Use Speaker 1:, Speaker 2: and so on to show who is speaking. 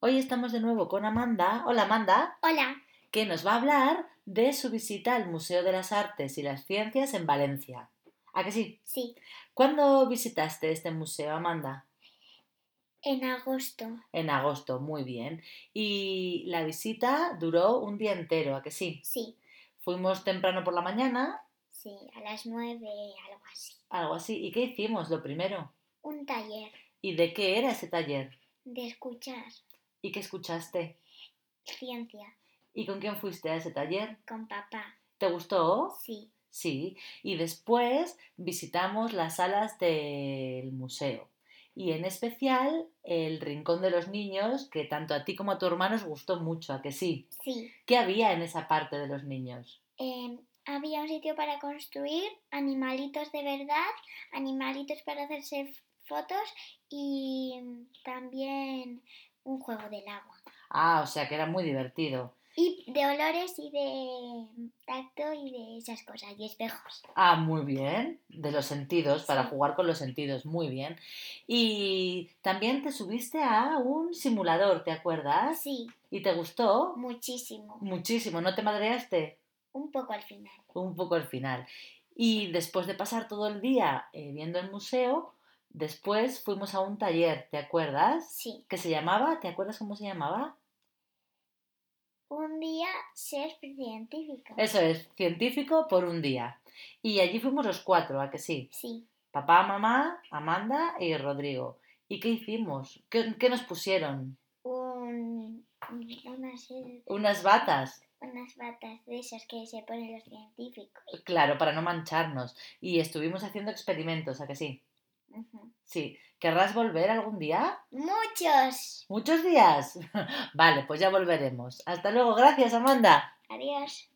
Speaker 1: Hoy estamos de nuevo con Amanda. Hola Amanda,
Speaker 2: Hola,
Speaker 1: que nos va a hablar de su visita al Museo de las Artes y las Ciencias en Valencia. ¿A que sí?
Speaker 2: sí,
Speaker 1: ¿Cuándo visitaste este museo, Amanda?
Speaker 2: en agosto.
Speaker 1: En agosto, muy bien. Y la visita duró un día entero, ¿a que sí?
Speaker 2: Sí,
Speaker 1: Fuimos temprano por la mañana,
Speaker 2: sí, a las nueve, algo así.
Speaker 1: algo así. ¿Y qué hicimos lo primero?
Speaker 2: Un taller
Speaker 1: ¿Y de qué era ese taller?
Speaker 2: de escuchar
Speaker 1: ¿Y qué escuchaste?
Speaker 2: ciencia
Speaker 1: ¿Y con quién fuiste a ese taller?
Speaker 2: con papá.
Speaker 1: ¿Te gustó?
Speaker 2: Sí,
Speaker 1: Sí, y después visitamos las salas del museo y en especial el Rincón de los Niños, que tanto a ti como a tu hermano os gustó mucho, ¿a que sí?
Speaker 2: sí.
Speaker 1: ¿Qué había en esa parte de los niños?
Speaker 2: Eh, había un sitio para construir animalitos de verdad, animalitos para hacerse f- fotos y mm, también un juego del agua.
Speaker 1: Ah, o sea que era muy divertido.
Speaker 2: Y de olores y de mm, tacto y de esas cosas, y espejos.
Speaker 1: Ah, muy bien, de los sentidos, para
Speaker 2: Sí.
Speaker 1: jugar con los sentidos, muy bien. Y también te subiste a un simulador, ¿te acuerdas?
Speaker 2: Sí,
Speaker 1: ¿Y te gustó?
Speaker 2: muchísimo.
Speaker 1: Muchísimo, ¿no te madreaste?
Speaker 2: Un poco al final.
Speaker 1: un poco al final. Y después de pasar todo el día eh, viendo el museo, después fuimos a un taller, ¿te acuerdas?
Speaker 2: Sí.
Speaker 1: Que se llamaba, ¿te acuerdas cómo se llamaba?
Speaker 2: Un día ser científico.
Speaker 1: Eso es, científico por un día. Y allí fuimos los cuatro, ¿a que sí?
Speaker 2: Sí.
Speaker 1: Papá, mamá, Amanda y Rodrigo. ¿Y qué hicimos? ¿Qué, qué nos pusieron?
Speaker 2: Un, unas, eh,
Speaker 1: Unas batas,
Speaker 2: unas batas de esas que se ponen los científicos.
Speaker 1: claro, para no mancharnos. Y estuvimos haciendo experimentos, ¿a que sí?
Speaker 2: Ujú.
Speaker 1: Sí. ¿Querrás volver algún día?
Speaker 2: Muchos.
Speaker 1: ¿Muchos días? Vale, pues ya volveremos. Hasta luego. Gracias, Amanda.
Speaker 2: Adiós.